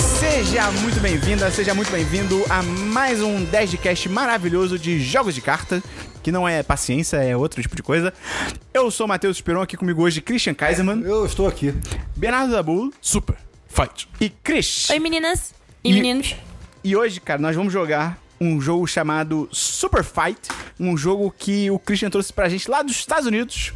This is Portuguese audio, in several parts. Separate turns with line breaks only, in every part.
Seja muito bem-vinda, seja muito bem-vindo a mais um 10 de cast maravilhoso de jogos de carta, que não é paciência, é outro tipo de coisa. Eu sou o Matheus Esperon, aqui comigo hoje Christian Kaiserman,
Eu estou aqui.
Bernardo Dabu
Super. Fight.
e Chris.
Oi, meninas
E-
e meninos.
E hoje, cara, nós vamos jogar um jogo chamado Super Fight, um jogo que o Christian trouxe pra gente lá dos Estados Unidos.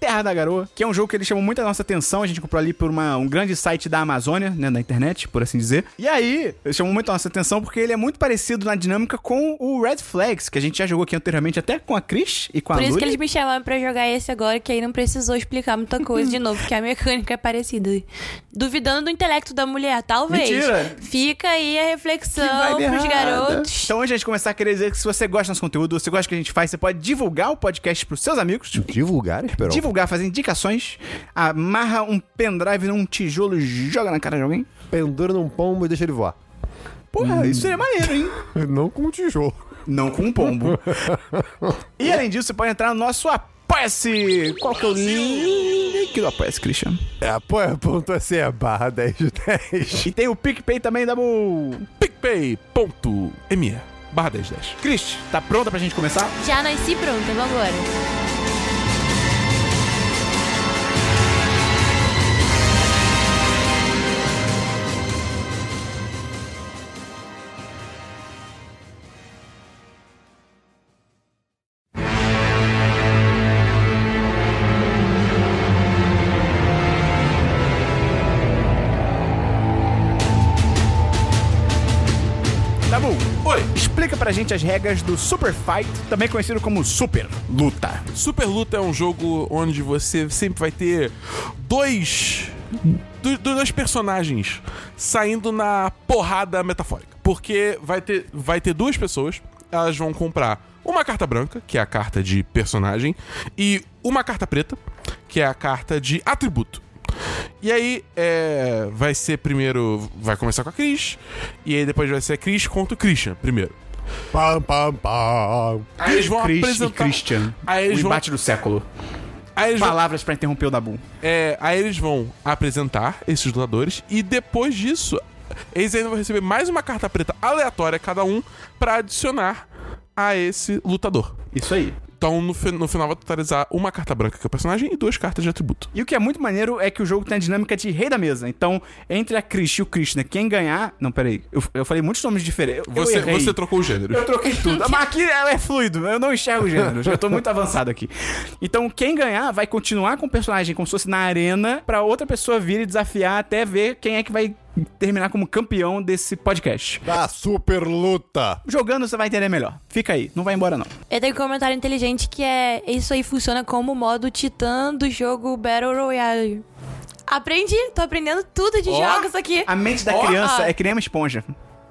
Terra da Garoa, que é um jogo que ele chamou muito a nossa atenção, a gente comprou ali por uma- um grande site da Amazônia, né, na internet, por assim dizer. E aí, ele chamou muito a nossa atenção porque ele é muito parecido na dinâmica com o Red Flags, que a gente já jogou aqui anteriormente até com a Chris e com a
Por isso
Lully.
que eles me chamaram pra jogar esse agora, que aí não precisou explicar muita coisa de novo, porque a mecânica é parecida. Duvidando do intelecto da mulher, talvez.
Mentira.
Fica aí a reflexão
Vai dar
pros
errado.
garotos.
Então, antes de a gente começar, queria dizer que se você gosta do nosso conteúdo, se você gosta do que a gente faz, você pode divulgar o podcast pros seus amigos.
Divulgar, Esperon?
divulgar, fazer indicações, amarra um pendrive num tijolo e joga na cara de alguém.
Pendura num pombo e deixa ele voar.
Porra,
Hum.
isso seria maneiro, hein?
Não com um tijolo.
Não com um pombo. e além disso, você pode entrar no nosso Apoia-se! Qual que é o link do Apoia-se, Christian?
É apoia.se é barra 10 de 10.
E tem o PicPay também, da Bull.
PicPay.me barra 1010.
Cris, tá pronta pra gente começar?
Já nasci pronta, vambora.
Dabu,
Oi.
explica pra gente as regras do Super Fight, também conhecido como Super Luta.
Super Luta é um jogo onde você sempre vai ter dois. do- do- dois personagens saindo na porrada metafórica. Porque vai ter, vai ter duas pessoas, elas vão comprar uma carta branca, que é a carta de personagem, e uma carta preta, que é a carta de atributo. E aí, é, vai ser primeiro. Vai começar com a Cris. E aí depois vai ser a Cris contra o Christian primeiro.
Pam, pam, pam.
Aí eles vão
Chris
apresentar.
e Christian.
Aí eles
o
vão-
embate do século.
Aí eles, vão,
Palavras pra interromper o Dabu.
é, aí eles vão apresentar esses lutadores. E depois disso, eles ainda vão receber mais uma carta preta aleatória, cada um, pra adicionar a esse lutador.
Isso aí.
Então, no, fi- no final, vai totalizar uma carta branca, que é o personagem, e duas cartas de atributo.
E o que é muito maneiro é que o jogo tem a dinâmica de rei da mesa. Então, entre a Chris e o Krishna, quem ganhar. Não, peraí. Eu, eu falei muitos nomes diferentes. Eu,
Você,
eu errei.
você trocou o gênero.
Eu troquei tudo. Mas aqui ela é fluido. Eu não enxergo gêneros. Eu tô muito avançado aqui. Então, quem ganhar vai continuar com o personagem como se fosse na arena pra outra pessoa vir e desafiar até ver quem é que vai terminar como campeão desse podcast.
Da super luta.
Jogando você vai entender melhor. Fica aí. Não vai embora, não.
Eu tenho um comentário inteligente que é: Isso aí funciona como o modo titã do jogo Battle Royale. Aprendi, tô aprendendo tudo de
Ó,
jogos aqui.
A mente da
Ó.
criança é que nem uma esponja.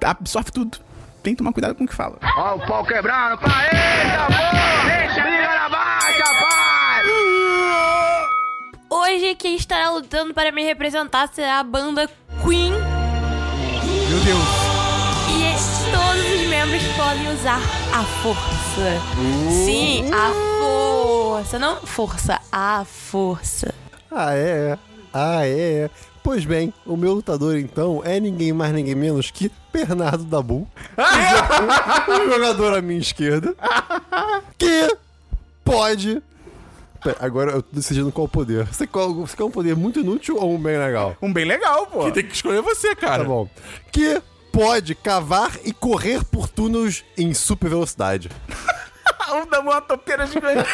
Absorve tudo. Tem que tomar cuidado com o que fala.
Ó o pau quebrando, pai! Eita, pô! Deixa a briga na baixa, pai!
Hoje quem estará lutando para me representar será a banda Queen
Meu Deus.
e é, todos os membros podem usar a força. Sim, a força. Não força, a força.
Ah, é, é. Ah, é, é. Pois bem, o meu lutador, então, é ninguém mais, ninguém menos que Bernardo Dabu. o jogador à minha esquerda. Que pode... Pera, agora eu tô decidindo qual poder. Você qual- você quer um poder muito inútil ou um bem legal?
Um bem legal, pô.
E tem que escolher você, cara.
Tá bom. Que pode cavar e correr por túneis em super velocidade.
Um da uma topeira gigante.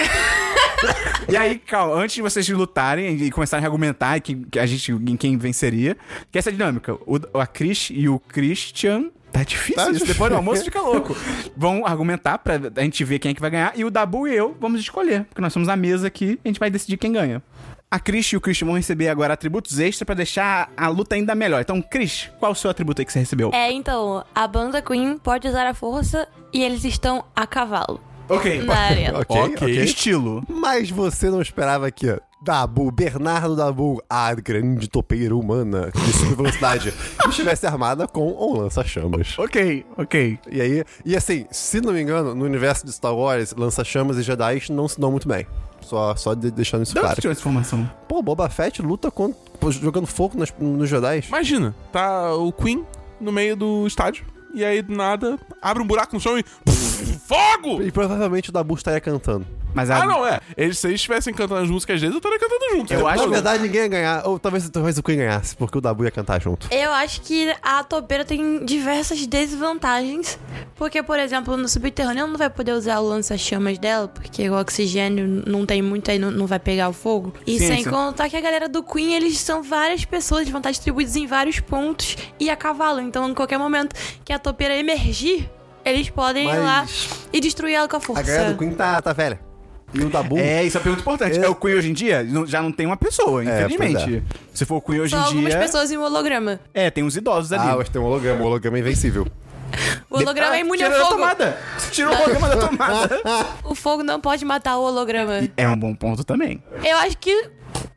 e aí, calma, antes de vocês lutarem e começarem a argumentar em quem, que a gente, em quem venceria, que essa é a dinâmica. O, a Cris e o Christian. Tá difícil
Tá
isso.
difícil.
Depois do almoço fica louco. Vão argumentar pra a gente ver quem é que vai ganhar. E o Dabu e eu vamos escolher. Porque nós somos a mesa aqui a gente vai decidir quem ganha. A Cris e o Christian vão receber agora atributos extra pra deixar a luta ainda melhor. Então, Cris, qual o seu atributo aí que você recebeu?
É, então, a banda Queen pode usar a força e eles estão a cavalo
Ok.
na arena.
Ok, ok.
Ok.
Estilo.
Mas você não esperava que Dabu, Bernardo Dabu, a grande topeira humana de super velocidade, estivesse armada com um lança-chamas.
Ok, ok.
E aí, e assim, se não me engano, no universo de Star Wars, lança-chamas e Jedi não se dão muito bem. Só, só de, deixando isso
De onde você
claro.
tirou essa informação?
Pô, Boba Fett luta contra, jogando fogo nas, nos Jedi.
Imagina, tá o Queen no meio do estádio. E aí, do nada, abre um buraco no chão e. Fogo!
E provavelmente o Dabu estaria cantando.
Mas a-
Ah, não, é. Eles, se eles estivessem cantando as músicas deles, eu estaria cantando junto.
Eu
né?
acho-
Na verdade, ninguém ia ganhar. Ou talvez, talvez o Queen ganhasse, porque o Dabu ia cantar junto.
Eu acho que a topeira tem diversas desvantagens. Porque, por exemplo, no subterrâneo ela não vai poder usar o lança-chamas dela, porque o oxigênio não tem muito aí, não, não vai pegar o fogo. E
Sim,
sem
sim.
contar que a galera do Queen, eles são várias pessoas, eles vão estar distribuídos em vários pontos e a cavalo. Então, em qualquer momento que a topeira emergir, eles podem ir
Mas-
lá e destruir ela com a
A galera
força.
do Queen tá, tá velha. E o Dabu.
É, isso é uma pergunta importante.
É.
É, o Queen hoje em dia não- já não tem uma pessoa, infelizmente. Se for o Queen hoje
Só
em
algumas
dia.
pessoas em um holograma.
É, tem uns idosos ali.
Ah, mas tem um holograma. O holograma é invencível.
O holograma
Ah,
é imune ao
tirou da
fogo.
tomada. Você tirou o holograma da tomada.
O fogo não pode matar o holograma.
É um bom ponto também.
Eu acho que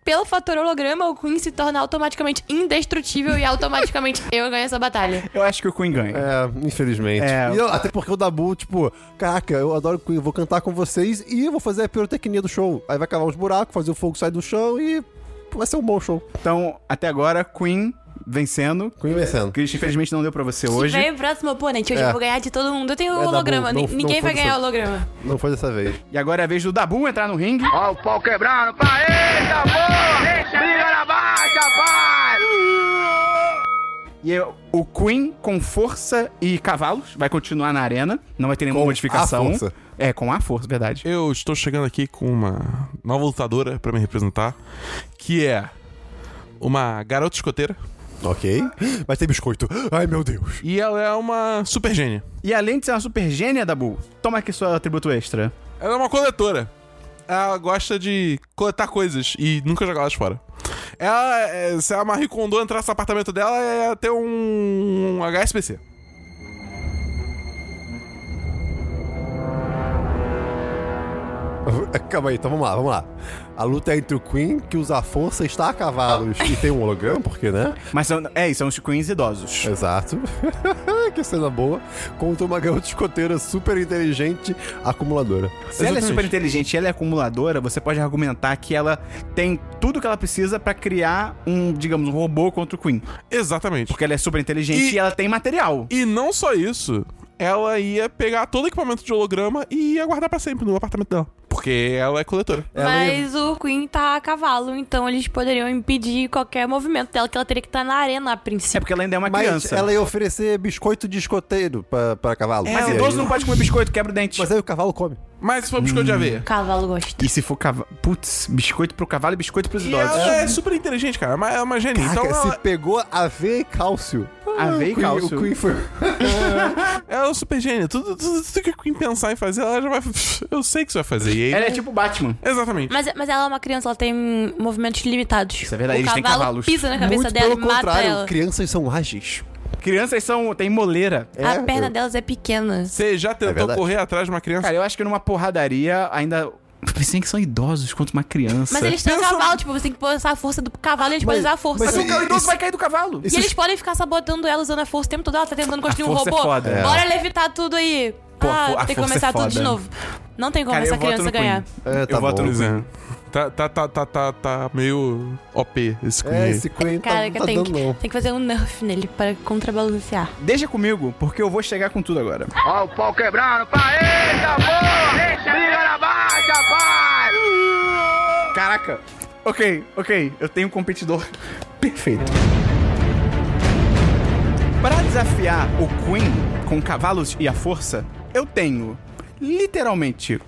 pelo fator holograma, o Queen se torna automaticamente indestrutível e automaticamente eu ganho essa batalha.
Eu acho que o Queen ganha.
É, infelizmente.
É.
E eu- até porque o Dabu, tipo, caraca, eu adoro Queen, vou cantar com vocês e vou fazer a pirotecnia do show. Aí vai cavar uns buracos, fazer o fogo sair do chão e vai ser um bom show.
Então, até agora, Queen vencendo.
Queen vencendo.
Christian, infelizmente, não deu pra você hoje.
Se vem o próximo oponente, hoje
É.
eu vou ganhar de todo mundo. Eu tenho
É,
holograma,
Dabu, não-
ni- ninguém
não
vai
foi
ganhar
do seu-
holograma.
Não foi dessa vez.
E agora é a vez do Dabu entrar no ringue.
Ó o pau quebrando, pai! Eita, pô! Briga na baixa, pai!
E o Queen, com força e cavalos, vai continuar na arena. Não vai ter nenhuma
Com
modificação.
a força.
É, com a força, verdade.
Eu estou chegando aqui com uma nova lutadora pra me representar, que é uma garota escoteira.
Ok. Mas tem biscoito. Ai, meu Deus.
E ela é uma super gênia.
E além de ser uma super gênia, Dabu, toma aqui seu atributo extra.
Ela é uma coletora. Ela gosta de coletar coisas e nunca jogar elas fora. Ela, é, se a Marie Kondo entrasse no apartamento dela, ia ter um HSPC.
Calma aí, então vamos lá, vamos lá. A luta é entre o Queen, que usa a força, está a cavalos e tem um holograma, porque, né?
Mas são, é, e são os Queens idosos.
Exato. que cena boa. Contra uma garota escoteira super inteligente, acumuladora.
Se ela é
Exatamente.
super inteligente e ela é acumuladora, você pode argumentar que ela tem tudo que ela precisa pra criar um, digamos, um robô contra o Queen.
Exatamente.
Porque ela é super inteligente e,
E-
ela tem material.
E não só isso, ela ia pegar todo o equipamento de holograma e ia guardar pra sempre no apartamento dela. Porque ela é coletora.
Ela
Mas o Queen tá a cavalo, então eles poderiam impedir qualquer movimento dela, que ela teria que estar na arena a
É
princípio.
porque ela ainda é uma
Mas
criança. É,
ela ia oferecer biscoito de escoteiro pra, pra cavalo.
Mas
E
idoso
aí-
não pode comer biscoito, quebra o dente.
Mas aí o cavalo come.
Mas se for biscoito de aveia.
O cavalo gosta.
E se for cavalo. Putz, biscoito pro cavalo e biscoito pros
E
idosos.
ela é super inteligente, cara. Mas é uma gênia.
Caraca,
Então
se
ela,
pegou aveia e cálcio.
Aveia e
o Queen-
cálcio.
O Queen foi...
ela é um super gênia. Tudo, tudo, tudo que a Queen pensar em fazer, ela já vai. Eu sei que você vai fazer. E aí-
Ela é tipo Batman.
Exatamente.
Mas, mas ela é uma criança, ela tem movimentos limitados.
Isso é verdade,
o
eles têm
cavalo
cavalos.
pisa na cabeça
Muito
dela e
pelo
mata
contrário,
ela.
crianças são ágeis.
Crianças são. tem moleira.
É,
A perna
eu-
delas é pequena.
Você já tentou
É verdade.
correr atrás de uma criança?
Cara, eu acho que numa porradaria ainda. Pensei é que são idosos quanto uma criança.
Mas eles têm um
Pensa-
cavalo, tipo, você tem que usar a força do cavalo e eles
Mas-
podem usar a força.
mas
Mas
do
o cara idoso
Isso-
vai cair do cavalo.
E eles podem ficar sabotando ela usando a força o tempo todo. Ela tá tentando construir um
força é
robô.
foda. É.
Bora levitar tudo aí.
Pô, a fo- a
ah, tem que
força é
começar tudo
foda.
de novo. Não tem como
Cara,
essa
eu voto
criança
no
ganhar.
Queen.
É, tá
eu voto
bom.
no
Pois
Queen.
é. Tá, tá, tá, tá, tá, tá meio OP esse Queen.
É,
aí.
esse Queen tá,
Cara,
não
que
tá
eu tenho
dando
que,
não.
tem que fazer um nerf nele para contrabalancear.
Deixa comigo, porque eu vou chegar com tudo agora.
Ó o pau quebrando, pai! Eita, pô! Briga na baixa, pai!
Caraca. Ok, ok. Eu tenho um competidor perfeito. Para desafiar o Queen com cavalos e a força, eu tenho literalmente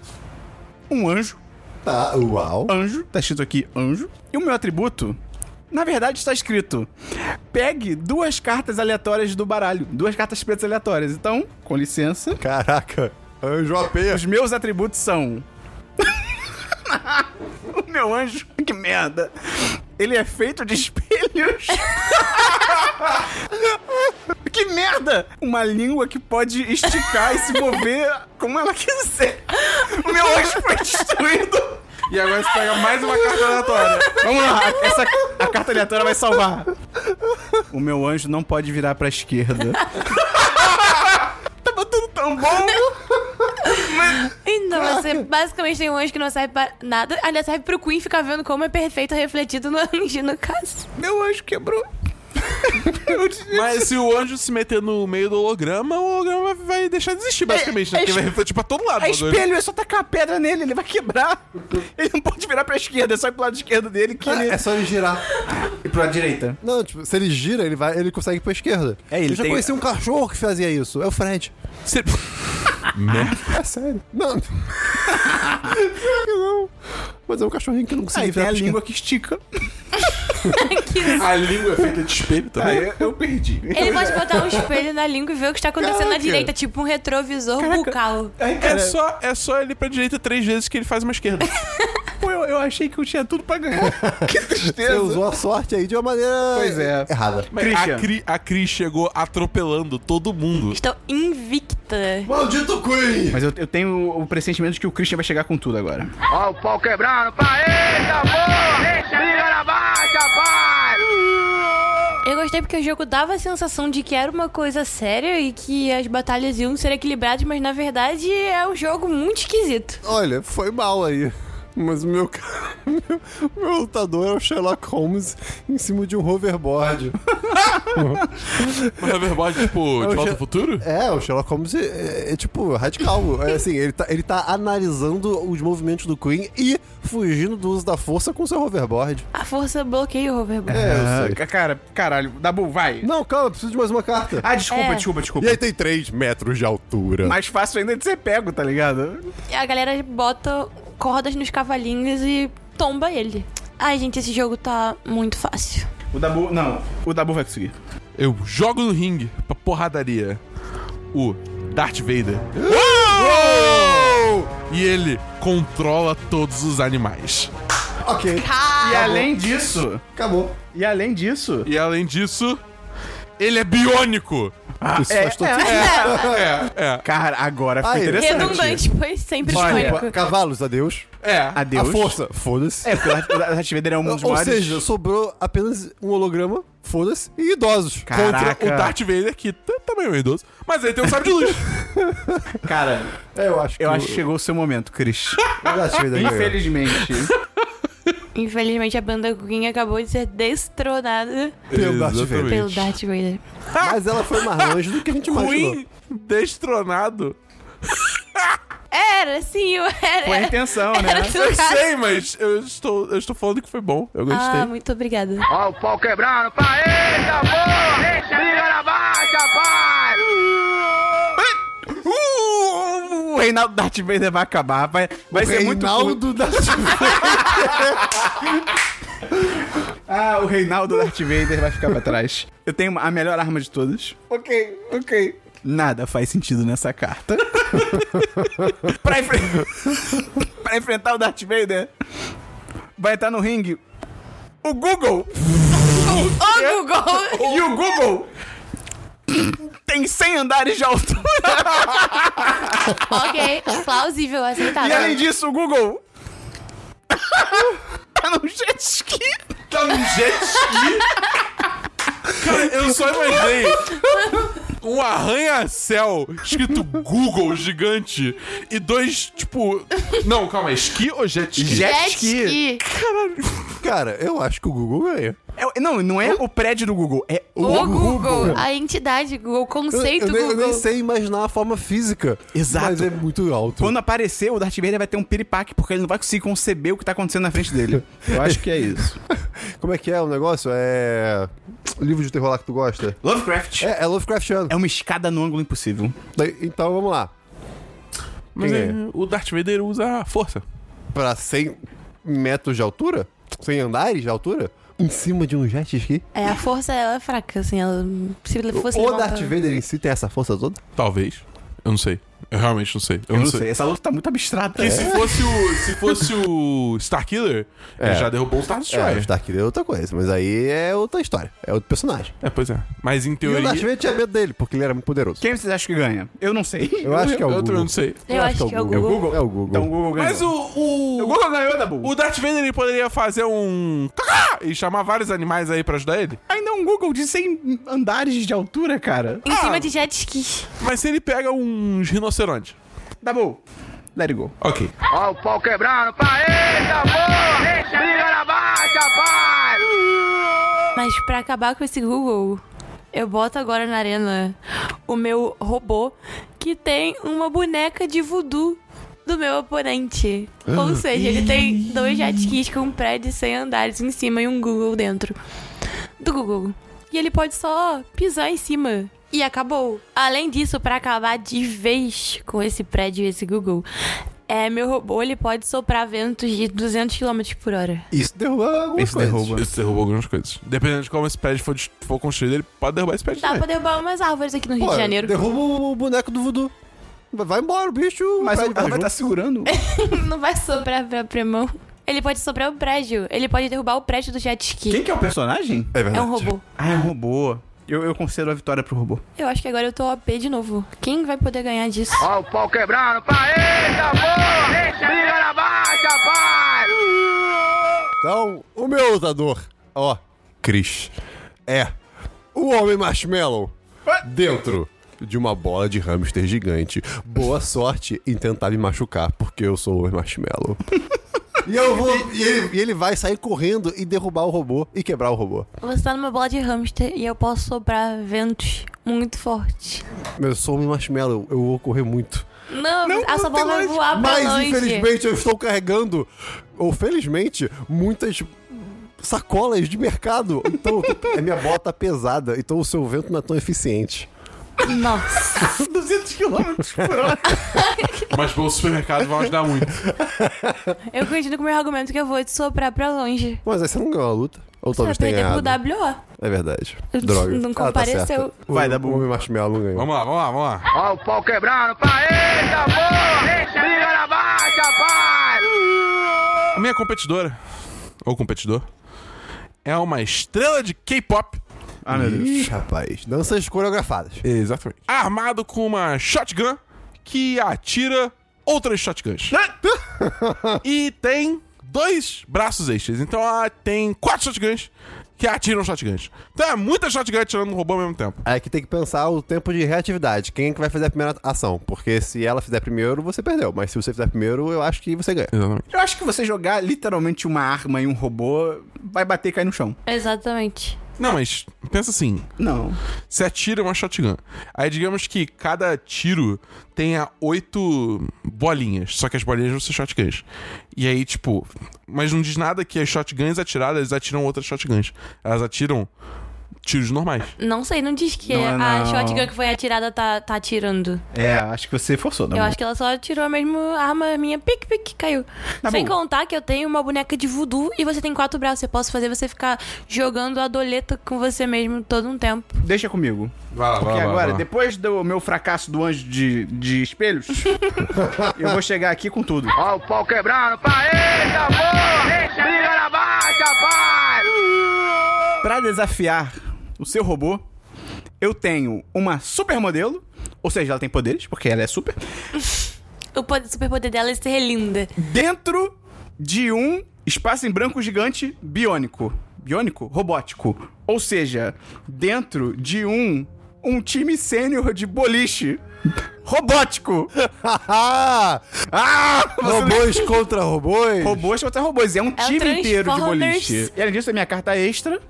um anjo.
Tá, uau.
Anjo, tá escrito aqui anjo. E o meu atributo, na verdade, está escrito: pegue duas cartas aleatórias do baralho. Duas cartas pretas aleatórias. Então, com licença.
Caraca, anjo AP.
Os meus atributos são. o meu anjo, que merda. Ele é feito de espelhos. que merda! Uma língua que pode esticar e se mover como ela quiser. O meu anjo foi destruído.
E agora você pega mais uma carta aleatória.
Vamos lá, essa, a carta aleatória vai salvar. O meu anjo não pode virar pra esquerda. Tava tudo tão bom.
Então, você basicamente tem um anjo que não serve para nada. Aliás, serve pro Queen ficar vendo como é perfeito refletido no anjo, no caso.
Meu anjo quebrou.
Mas se o anjo se meter no meio do holograma, o holograma vai- vai deixar de existir, basicamente, né?
é
Porque vai
es-
refletir pra todo lado.
É
né?
espelho, é só tacar a pedra nele, ele vai quebrar. Ele não pode virar pra esquerda, é só ir pro lado esquerdo dele que ele...
É só ele girar.
E pro lado direita.
Não, tipo, se ele gira, ele, vai, ele consegue ir pra esquerda.
É, ele
Eu já
tem-
conheci um cachorro que fazia isso. É o Fred.
Você-
É sério. Não. Pior que não. Mas é um cachorrinho que não consegue
Aí tem
virar
a
pra
língua que estica.
Que-
A língua é feita de espelho também.
eu perdi.
Ele pode botar um espelho na língua e ver o que está acontecendo
Caraca.
na direita, tipo um retrovisor bucal.
Aí,
É
cara,
só, é só ele pra direita três vezes que ele faz uma esquerda.
pô, eu, eu achei que eu tinha tudo pra ganhar. que
esquerda. Você
tristeza.
usou a sorte aí de uma maneira
Pois é.
errada.
Mas
Christian.
A, Cri, a Cris chegou atropelando todo mundo.
Estou invicta.
Maldito Queen!
Mas eu, eu tenho o pressentimento de que o Christian vai chegar com tudo agora.
Ó o pau quebrando, pá, eita, pô! Liga na baixa, pai!
Eu gostei porque o jogo dava a sensação de que era uma coisa séria e que as batalhas iam ser equilibradas, mas na verdade é um jogo muito esquisito.
Olha, foi mal aí. Mas o meu, ca- meu, meu lutador é o Sherlock Holmes em cima de um hoverboard.
Mas é verdade, tipo, de volta ao futuro?
É, o Sherlock Holmes é, é, é, tipo radical. É, assim, ele tá, ele tá analisando os movimentos do Queen e fugindo do uso da força com seu hoverboard.
A força bloqueia o hoverboard.
É, eu sei.
Ah, cara, caralho. Dabu, vai.
Não, calma, preciso de mais uma carta.
Ah, desculpa,
É.
desculpa, desculpa.
E aí tem 3 metros de altura.
Mais fácil ainda de ser pego, tá ligado?
A galera bota cordas nos cavalinhos e tomba ele. Ai, gente, esse jogo tá muito fácil.
O Dabu, não. O Dabu vai conseguir.
Eu jogo no ringue pra porradaria o Darth Vader. E ele controla todos os animais.
Ok,
E além disso...
acabou.
E além disso...
E além disso, ele é biônico.
Isso
é,
faz todo
é.
sentido.
É,
Cara, agora ficou
Aí.
interessante.
Redundante, pois sempre
Olha,
escolho.
Tipo, Cavalos, adeus.
é, é.
Adeus.
A força, foda-se.
É, porque o Darth Vader é um dos
Ou
maiores...
seja, sobrou apenas um holograma, foda-se, e idosos.
Caraca.
Contra o Darth Vader, que tá- também é um idoso, mas ele tem um sabre de luz.
Cara,
É, eu acho que
eu acho que chegou o seu momento, Chris.
eu acho que ele ganhou.
Infelizmente.
Infelizmente, a banda Queen acabou de ser destronada
Pelo Darth Vader.
Exatamente.
pelo Darth Vader.
Mas ela foi mais longe do que a gente imaginou.
Queen destronado.
Era, sim, eu era.
Foi a intenção, né?
Era
Eu
trocado.
sei, mas eu estou, eu estou falando que foi bom. Eu gostei.
Ah, muito obrigada.
Ó o pau quebrando, pá, eita, pô! Liga na baixa, pai!
Ah,
Uh, o Reinaldo Darth Vader vai acabar. Vai, vai ser muito.
Reinaldo da
Ah, o Reinaldo Darth Vader vai ficar pra trás. Eu tenho a melhor arma de todas. Ok, ok. Nada faz sentido nessa carta. pra, enfre- pra enfrentar o Darth Vader, vai entrar no ringue o Google.
Ô, Google!
E o Google tem 100 andares de altura.
ok, plausível,
E além
aceitável.
disso, o Google tá num jet ski.
Tá num jet ski? Cara, eu só imaginei um arranha-céu escrito Google gigante e dois, tipo. Não, calma, é ski ou jet ski?
Jet ski.
Cara, eu acho que o Google ganha.
É- não, não é o prédio do Google, é o,
O Google.
Google.
A entidade Google, o
Eu,
conceito
eu nem, eu
Google.
nem sei imaginar a forma física.
Exato.
Mas é muito alto.
Quando aparecer, o Darth Vader vai ter um piripaque, porque ele não vai conseguir conceber o que tá acontecendo na frente dele. Eu acho que é isso.
Como é que é o negócio? É. Livro de terror lá que tu gosta?
Lovecraft. É.
É, é Lovecraftiano.
uma escada no ângulo impossível.
Daí- Então vamos lá.
Mas
Quem
é, o Darth Vader usa a força.
Pra 100 metros de altura? 100 andares de altura? Em cima de um jet ski?
É, a força ela é fraca, assim, ela se ele fosse
o
levantar-
Darth Vader em si tem essa força toda?
Talvez. Eu não sei. Eu realmente não sei. Eu,
Eu não sei. Essa luta tá muito abstrata.
Porque se fosse o. Se fosse o Starkiller, ele já derrubou o Star
É. É,
Destroyer.
o
É,
Stark é outra coisa, mas aí é outra história. É outro personagem.
pois é. Mas em
E o
teoria.
Darth Vader tinha medo dele, porque ele era muito poderoso.
Quem vocês acham que ganha? Eu não sei.
Eu acho que é o
eu também
Google.
não sei.
Eu acho que
É
é o
o
Google.
Google. É o Google.
Então o Google ganhou.
Mas o. O,
O Google ganhou, Dabu.
o Darth Vader ele poderia fazer um. cacá E chamar vários animais aí pra ajudar ele.
Ainda é um Google de 100 andares de altura, cara.
Em cima de jet ski.
Mas se ele pega uns rinocerontes.
Dabu, let it go.
Ok.
Ó o pau quebrando, pá, eita, pô! Liga na baixa, pai!
Mas pra acabar com esse Google, eu boto agora na arena o meu robô que tem uma boneca de voodoo do meu oponente. Ou seja, ele tem dois jet skis com um prédio sem andares em cima e um Google dentro do Google. E ele pode só pisar em cima. E acabou. Além disso, pra acabar de vez com esse prédio e esse Google, é, meu robô ele pode soprar ventos de 200 km por hora.
Isso derruba alguma
Isso
coisa.
derruba.
Isso derrubou algumas coisas. Dependendo de como esse prédio for, dest- for construído, ele pode derrubar esse prédio
Dá
também.
pra derrubar umas árvores aqui no Rio
Pô,
de Janeiro.
derruba o boneco do voodoo. Vai embora, o é um bicho.
Mas
vai,
ela vai estar segurando.
Não vai soprar pra premão. Ele pode soprar o prédio. Ele pode derrubar o prédio do jet ski.
Quem que é o personagem?
É verdade.
É um robô.
Ah, é um robô. Eu, eu concedo a vitória pro robô.
Eu acho que agora eu tô OP de novo. Quem vai poder ganhar disso?
Ó o pau quebrando, pai, eita, pô! Briga na baixa, pai!
Então, o meu lutador, ó, Chris, é o Homem Marshmallow dentro de uma bola de hamster gigante. Boa sorte em tentar me machucar, porque eu sou o Homem Marshmallow. E, eu vou, e, ele, e ele vai sair correndo e derrubar o robô e quebrar o robô.
Você tá numa bola de hamster e eu posso soprar ventos muito fortes.
Eu sou o Homem Marshmallow, eu vou correr muito.
Não, essa bola vai voar pra
Mas,
longe.
infelizmente, eu estou carregando, ou felizmente, muitas sacolas de mercado. Então, a minha bota é pesada, então o seu vento não é tão eficiente.
Nossa.
200 km por hora.
Mas pelo supermercado vai ajudar muito.
Eu continuo com o meu argumento que eu vou te soprar pra longe.
Mas aí você não ganhou a luta. Ou
Você vai
talvez tenha
perder pro
ganhado.
WO.
É verdade.
Eu
Droga.
não
Ah, tá
compareceu.
certa. O-
Vai, Dabu.
O homem marshmallow não ganhou.
Vamos lá, vamos lá, vamos lá.
Ó o pau quebrando, pai, eita, pô! Briga na baixa, pai!
A minha competidora, ou competidor, é uma estrela de K-pop.
Ah, meu Deus.
Ih, rapaz. Danças coreografadas.
Exatamente. Armado com uma shotgun que atira outras shotguns. e tem dois braços extras. Então ela tem quatro shotguns que atiram shotguns. Então é muita shotgun atirando no robô ao mesmo tempo.
Aí É que tem que pensar o tempo de reatividade. Quem é que vai fazer a primeira ação? Porque se ela fizer primeiro, você perdeu. Mas se você fizer primeiro, eu acho que você ganha.
Exatamente.
Eu acho que você jogar literalmente uma arma em um robô vai bater e cair no chão.
Exatamente.
Não, mas pensa assim:
Não.
você atira uma shotgun. Aí digamos que cada tiro tenha oito bolinhas, só que as bolinhas vão ser shotguns. E aí, tipo, mas não diz nada que as shotguns atiradas atiram outras shotguns. Elas atiram tiros normais.
Não sei, não diz que
Não é,
a
não.
shotgun que foi atirada tá, tá atirando.
É, acho que você forçou, não.
Eu acho que ela só atirou a mesma arma minha, pique, pique, caiu.
Tá
Sem
bom.
contar que eu tenho uma boneca de voodoo e você tem quatro braços. Eu posso fazer você ficar jogando a doleta com você mesmo todo um tempo.
Deixa comigo.
Vai lá,
Porque agora, depois do meu fracasso do anjo de, de espelhos, eu vou chegar aqui com tudo.
Ó o pau quebrando, pai, eita, pô! Briga na baixa, pai!
Pra desafiar o seu robô, eu tenho uma supermodelo, ou seja, ela tem poderes, porque ela é super,
O poder, superpoder dela é ser linda.
dentro de um espaço em branco gigante biônico. Biônico? Robótico. Ou seja, dentro de um um time sênior de boliche robótico. Ah! Você não
robôs contra robôs.
Robôs contra robôs. É um
o
time inteiro de
Transformers.
boliche. E além disso, a minha carta é extra.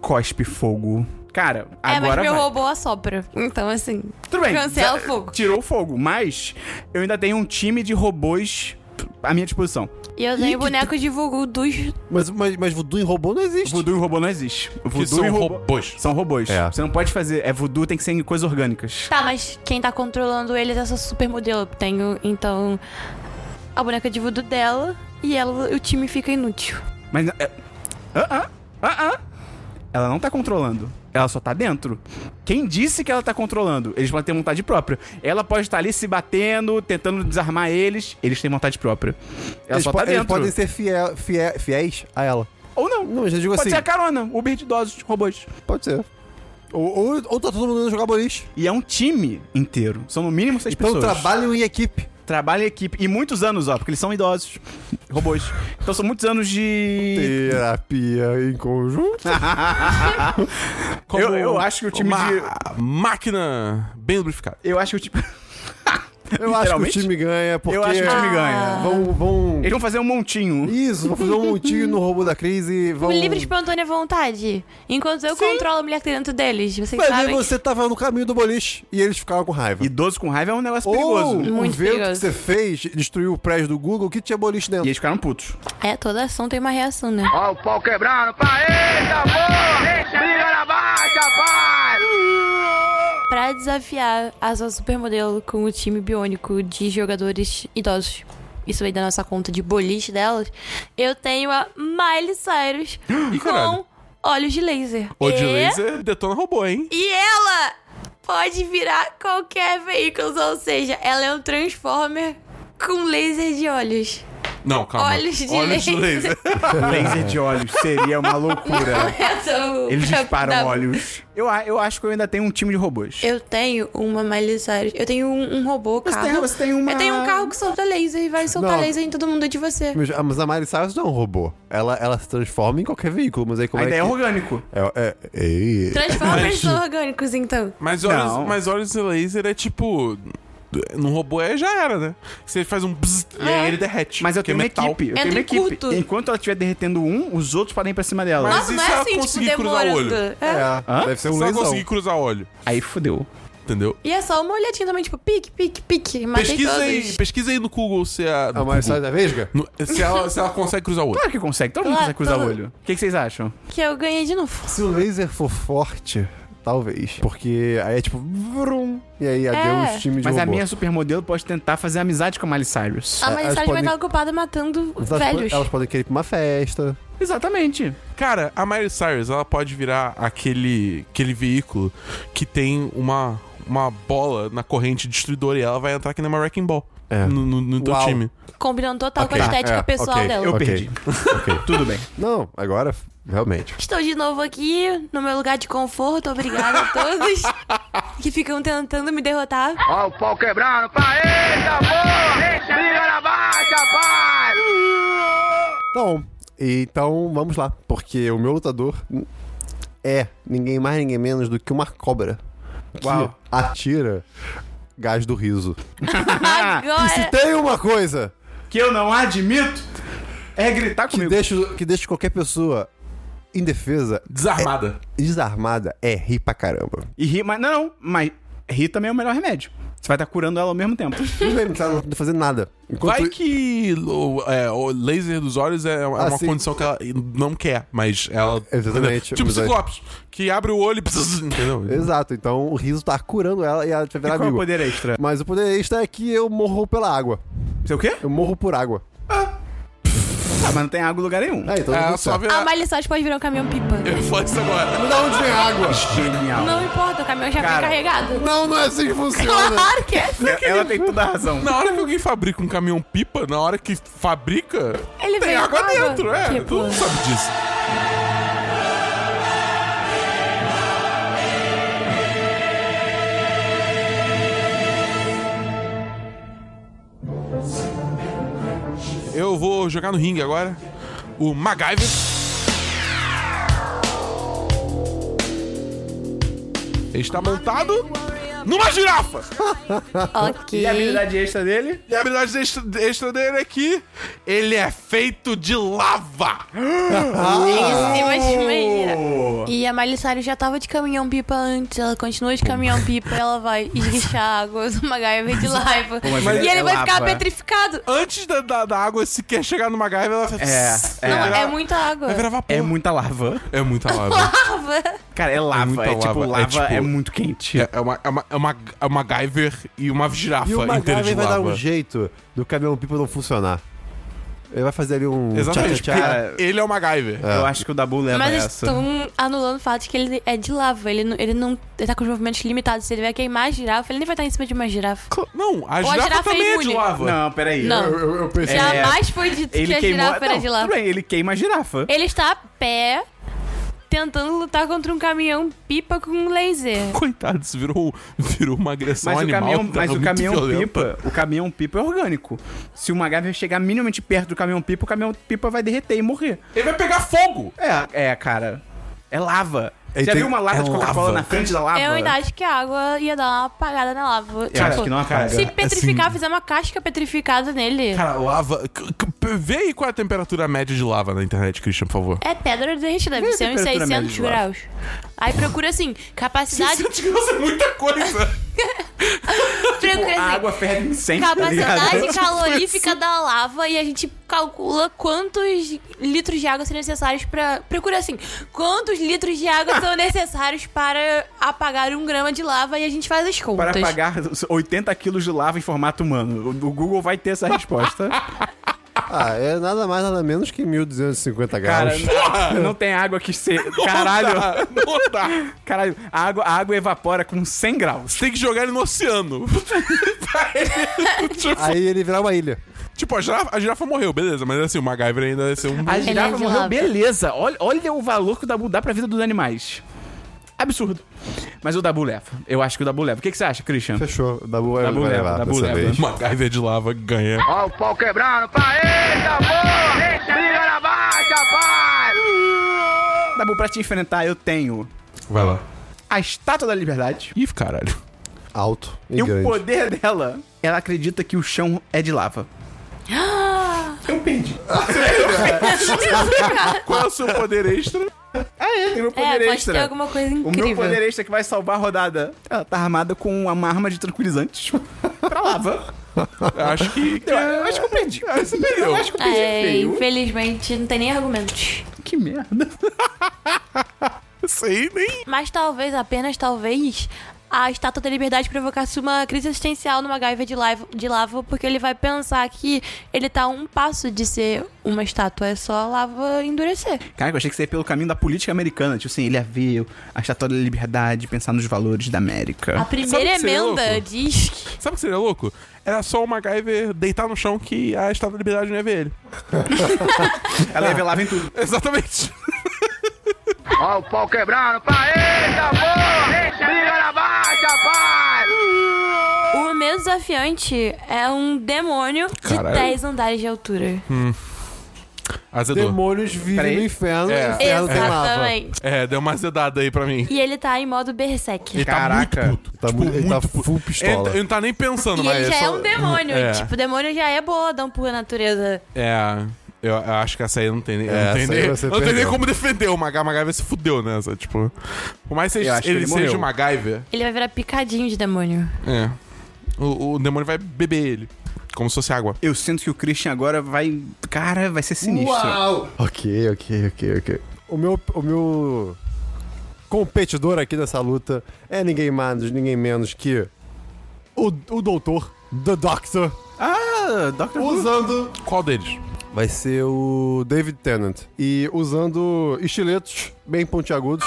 Cospe fogo. Cara,
é, mas
agora
meu
vai.
robô assopra. Então, assim.
Tudo bem.
Cancela
já-
o fogo.
Tirou o fogo, mas eu ainda tenho um time de robôs à minha disposição.
E eu tenho boneco de voodoo dos.
Mas, mas, mas voodoo em robô não existe.
Voodoo e robô não existe. Voodoo
são
e robô...
robôs.
São robôs.
É.
Você não pode fazer. É voodoo, tem que ser em coisas orgânicas.
Tá, mas quem tá controlando eles é essa supermodelo. Eu Tenho, então, a boneca de voodoo dela e ela, o time fica inútil.
Mas. é- Ah, ah, ah, ah. Ela não tá controlando. Ela só tá dentro. Quem disse que ela tá controlando? Eles podem ter vontade própria. Ela pode estar ali se batendo, tentando desarmar eles. Eles têm vontade própria. Ela
Eles,
só
po-
tá
eles
dentro.
podem ser fiel, fiel- fiéis a ela.
Ou não.
Não, mas eu digo
pode
assim.
ser a carona, Uber de idosos, robôs.
Pode ser. Ou, ou, ou tá todo mundo indo jogar boliche.
E é um time inteiro. São no mínimo seis
Então
pessoas.
trabalham em equipe.
Trabalha em equipe. E muitos anos, ó, porque eles são idosos. Robôs. Então são muitos anos de...
Terapia em conjunto.
Ah, eu- eu acho que o time
uma
de-
Máquina bem lubrificada.
Eu acho que o tipo...
Eu acho que o
Literalmente?
time ganha, porque.
Eu acho que o time
Ah.
ganha.
Vão, vão...
Eles vão fazer um montinho.
Isso, vão fazer um montinho no robô da crise. Vão...
O livre espontânea vontade. Enquanto eu controlo a mulher que tem dentro deles. Vocês
Mas aí
sabem.
você tava no caminho do boliche e eles ficaram com raiva.
Idoso com raiva é um negócio
Ou
perigoso.
o
Muito
vento que
perigoso.
você fez destruiu o prédio do Google que tinha boliche
E
dentro.
eles ficaram putos.
É, toda ação tem uma reação, né?
Ó o pau quebrando, pai, eita, pô! Briga na baixa, pai!
Pra desafiar a sua supermodelo com o time biônico de jogadores idosos. Isso aí da nossa conta de boliche delas. Eu tenho a Miley Cyrus
caralho.
com olhos de laser.
O de
E-
laser detona robô, hein?
É? E ela pode virar qualquer veículo, ou seja, ela é um transformer com laser de olhos.
Não, calma.
Olhos de
laser.
Laser de olhos seria uma loucura.
Essa-
Eles
pra-
disparam
da-
olhos. Eu, a- eu acho que eu ainda tenho um time de robôs.
Eu tenho uma Miley Cyrus. Eu tenho um, um robô,
Você
carro.
tem- você tem uma-
Eu tenho um carro que solta laser e vai soltar
Não.
laser em todo mundo de você.
Mas a- Mas a Mari Cyrus não é um robô. Ela, ela se transforma em qualquer veículo, mas aí como
a
é
ideia é
que...
orgânico.
É, é, ei.
Transformers são orgânicos, então.
Mas
Não.
olhos, mas olhos de laser é tipo. Num robô é já era, né? Você faz um bzzz, e aí ele derrete.
Mas eu
porque
tenho uma
é metal.
equipe. Eu
Entra
tenho uma
em
equipe.
culto.
Enquanto ela estiver derretendo um, os outros podem ir pra cima dela.
Mas
Nossa, não
isso
é
ela
assim, tipo,
conseguir cruzar o
demorando.
olho.
É.
É,
Hã?
deve ser
Se
um
ela
lesão.
conseguir cruzar óleo,
Aí fudeu.
entendeu?
E é só uma olhadinha também, tipo, pique, pique, pique. Matei
Pesquisa
todos.
aí, pesquisa aí no Google se a.
A
Ah,
no
Mari Cyrus
Google.
é vesga?
No- se, ela, se ela consegue cruzar o olho.
Claro que consegue. Todo mundo
Claro,
consegue cruzar o
todo-
olho. O que, que vocês acham?
Que eu ganhei de novo.
Se o laser for forte, talvez. Porque aí é tipo... Vrum, e aí
É.
adeus time de
Mas
robô.
a minha supermodelo pode tentar fazer amizade com a Miley Cyrus.
A
É,
Miley
elas
Cyrus vai
podem-
estar ocupada matando
Mas elas, po-
velhos.
elas podem querer ir pra uma festa.
Exatamente.
Cara, a Miley Cyrus, ela pode virar aquele, aquele veículo que tem uma, uma bola na corrente destruidora e ela vai entrar que nem uma Wrecking Ball
É.
no, no, no teu
Uau.
time.
Combinando total
Ok,
com a estética
é,
pessoal
ok.
dela.
Tá, Eu
Ok.
perdi. Tudo bem.
Não, agora, realmente.
Estou de novo aqui no meu lugar de conforto. Obrigada a todos que ficam tentando me derrotar.
Ó o pau quebrando, pai, eita, pô! Briga na baixa, pai!
Então, então vamos lá, porque o meu lutador é ninguém mais, ninguém menos do que uma cobra que
Uau.
atira gás do riso.
Ah,
E se
Agora.
tem uma coisa
que eu não admito é gritar
que
comigo.
deixa, que deixa qualquer pessoa indefesa,
Desarmada.
desarmada, é rir pra caramba.
E rir, mas não, mas rir também é o melhor remédio. Você vai estar curando ela ao mesmo tempo.
Tudo bem, não tá fazendo nada. Enquanto
Vai que o, é, o laser dos olhos é, é uma
Ah, sim.
condição que ela não quer, mas ela.
Exatamente.
Tipo
Mas aí-
Ciclopes, que abre o olho e precisa. Entendeu?
Exato, então o riso tá curando ela e ela vai virar
E qual é o
amigo.
poder extra?
Mas o poder extra é que eu morro pela água.
Sei o quê?
Eu morro por água.
Ah, mas não tem água em lugar nenhum.
É, então tá
É, ela
tudo
só
certo.
vê.
A Miley Cyrus pode virar um caminhão pipa.
Eu falo isso agora.
Da onde vem a água?
Genial.
Não importa, o caminhão já foi
Cara.
carregado.
Não, não é assim que funciona.
Claro que é.
Ela, ela tem toda a razão.
Na hora que alguém fabrica um caminhão pipa, na hora que fabrica,
Ele
tem
veio
água
com água.
dentro, é.
Tipo-
Todo mundo sabe disso. Eu vou jogar no ringue agora. O MacGyver. Ele está montado numa girafa.
Ok.
E a habilidade extra dele?
E a habilidade extra, extra dele é que ele é feito de lava.
Em cima
Oh!
de mim. E a Miley Cyrus já tava de caminhão pipa antes, ela continua de caminhão pipa, ela vai esguichar água do MacGyver de laiva.
mas ele
E ele
é
vai ficar
lava.
petrificado.
Antes da, da, da água sequer chegar no MacGyver, ela vai...
É, é.
Não,
virar-
é muita água.
vai virar vapor.
É muita lava.
É muita lava.
Lava.
Cara, é lava.
muita
É, tipo,
lava,
lava
é
é,
tipo-
muito quente.
é, é uma, é, uma, é, uma, é uma MacGyver e uma girafa
E o
inteira de
MacGyver vai
lava.
dar um jeito do caminhão pipa não funcionar. Ele vai fazer ali um.
Exatamente.
tchá, tchá, tchá.
cara.
porque Ele é o MacGyver.
Eu acho que o Dabu leva
Mas
essa.
estão anulando o fato que ele é de lava. Ele, não- ele não. Ele tá com os movimentos limitados. Se ele vai queimar a girafa, ele nem vai estar em cima de uma girafa.
Não, a
Ou a
girafa,
girafa é
também é de
imune.
lava.
Não, peraí.
Não.
Eu, eu- eu pensei.
É.
Jamais foi dito que
Ele
a
queimou.
girafa era
Não,
de
tudo
lava.
bem, ele queima a girafa.
Ele está a pé tentando lutar contra um caminhão pipa com um laser.
Coitado, isso virou, um, virou uma agressão
Mas o
animal.
caminhão,
que tava
mas o
muito
caminhão
violenta.
pipa, o caminhão pipa é orgânico. Se o MacGyver chegar minimamente perto do caminhão pipa, o caminhão pipa vai derreter e morrer.
Ele vai pegar fogo.
É, é, cara. É lava.
Aí
Já
tem-
viu uma lata
é
de Coca-Cola
lava.
na frente da lava?
Eu ainda acho É que a água ia dar uma apagada na lava. Tipo,
Eu acho que não apaga.
Se
Assim-
petrificar, fizer uma casca petrificada nele.
Cara, lava. c- c- Vê aí qual é a temperatura média de lava na internet, Christian, por favor.
É pedra derretida, deve
Vê a
ser uns
temperatura média
600
de lava.
graus. Aí procura assim, capacidade.
graus é muita coisa.
Tipo,
procura
A
assim,
água ferve incêndio, tá ligado?
capacidade calorífica da lava e a gente calcula quantos litros de água são necessários pra. Procura assim, quantos litros de água são necessários para apagar um grama de lava e a gente faz as
Para
contas.
apagar 80 quilos de lava em formato humano. O o Google vai ter essa resposta.
Ah, é nada mais, nada menos que
Cara,
1.250 graus.
não, não tem água que ser. Caralho!
Não dá. Não dá.
Caralho, a água, a água evapora com 100 graus.
Você tem que jogar ele no oceano.
Aí ele virar uma ilha.
tipo, a girafa, a girafa morreu, beleza, mas assim, o MacGyver ainda vai ser um.
A
Ele é
girafa
de
morreu,
lava.
beleza. Olha, olha o valor que o Dabu dá pra vida dos animais. Absurdo. Mas o Dabu leva. Eu acho que o Dabu leva. O que, que você acha, Christian?
Fechou. Da boa
Dabu
vai
leva,
levar
Dabu
dessa
leva.
vez.
O MacGyver de lava ganha.
Ó o pau quebrando, pai, eita, pô! Deixa a ligada baixa, pai!
Dabu, pra te enfrentar, eu tenho
Vai lá.
a Estátua da Liberdade.
Ih, caralho.
Alto e,
E o
grande.
poder dela, ela acredita que o chão é de lava. Eu perdi.
Qual é o seu poder extra?
Ah, é, tem meu
É,
poder
pode
extra.
ter alguma coisa
O meu
incrível.
poder extra que vai salvar a rodada. Ela tá armada com uma arma de tranquilizante pra lava.
Acho que.
Eu, eu acho que eu perdi. Eu acho que eu perdi
É,
feio.
infelizmente, não tem nem argumentos.
Que merda.
Sei nem.
Mas talvez, apenas talvez, a Estátua da Liberdade provocasse uma crise existencial no MacGyver de lava, de lava, porque ele vai pensar que ele tá a um passo de ser uma estátua, é só a lava endurecer.
Caraca, eu achei que você ia pelo caminho da política americana. Tipo assim, ele ia ver a Estátua da Liberdade, pensar nos valores da
A
América.
primeira
que seria
emenda
louco?
diz que.
Sabe o que seria louco? Era só o MacGyver deitar no chão que a estátua da liberdade não ia ver ele.
Ela ia ver lava em tudo.
Exatamente.
Ó o pau quebrando, pai, eita, pô! Deixa a ligada baixa, pai!
O meu desafiante é um demônio
Caralho.
de 10 andares de altura.
Azedou.
Demônios vivem
Peraí.
no inferno,
É.
o inferno tem lava.
Exatamente.
É, deu uma azedada aí pra mim.
E ele tá em modo berserk.
Ele
Caraca.
tá muito puto.
Tá
tipo,
mu- ele
muito
tá
puto.
full pistola.
Ele, ele não tá nem pensando,
E
mas...
ele já é
só-
um demônio.
É.
Tipo, o demônio já é boadão por natureza.
É, eu, eu acho que essa aí não tem nem...
É,
não tem
essa aí
nem,
você
não tem nem
perdeu.
como defender. O Maga- MacGyver se fudeu nessa, tipo... Por mais que
Eu acho que
ele,
ele
seja
morreu.
o MacGyver...
Ele vai virar picadinho de demônio.
É. O, o demônio vai beber ele. Como se fosse água.
Eu sinto que o Christian agora vai. Cara, vai ser sinistro.
Ok, ok, ok, ok. O meu, o meu competidor aqui nessa luta é ninguém mais, ninguém menos que o, o doutor, The Doctor,
Ah, Dr. Who.
usando...
Qual deles?
Vai ser o David Tennant. E usando estiletos bem pontiagudos.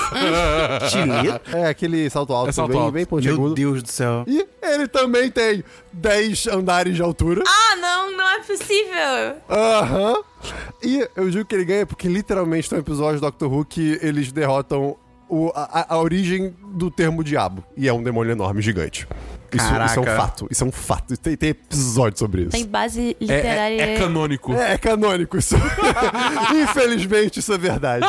Estileto?
é, aquele salto alto,
É salto
bem,
alto.
bem
Meu
pontiagudo.
Deus do céu.
E ele também tem 10 andares de altura.
Ah, não, não é possível.
Aham. E eu digo que ele ganha porque literalmente tem um episódio do Doctor Who que eles derrotam o- a, a- a origem do termo diabo. E é um demônio enorme, gigigante. Isso, isso é um
Caraca.
fato. Isso é um fato. Tem, tem episódio sobre isso.
Tem base
É, é,
literária.
é canônico.
É, é canônico isso. Infelizmente, isso é verdade.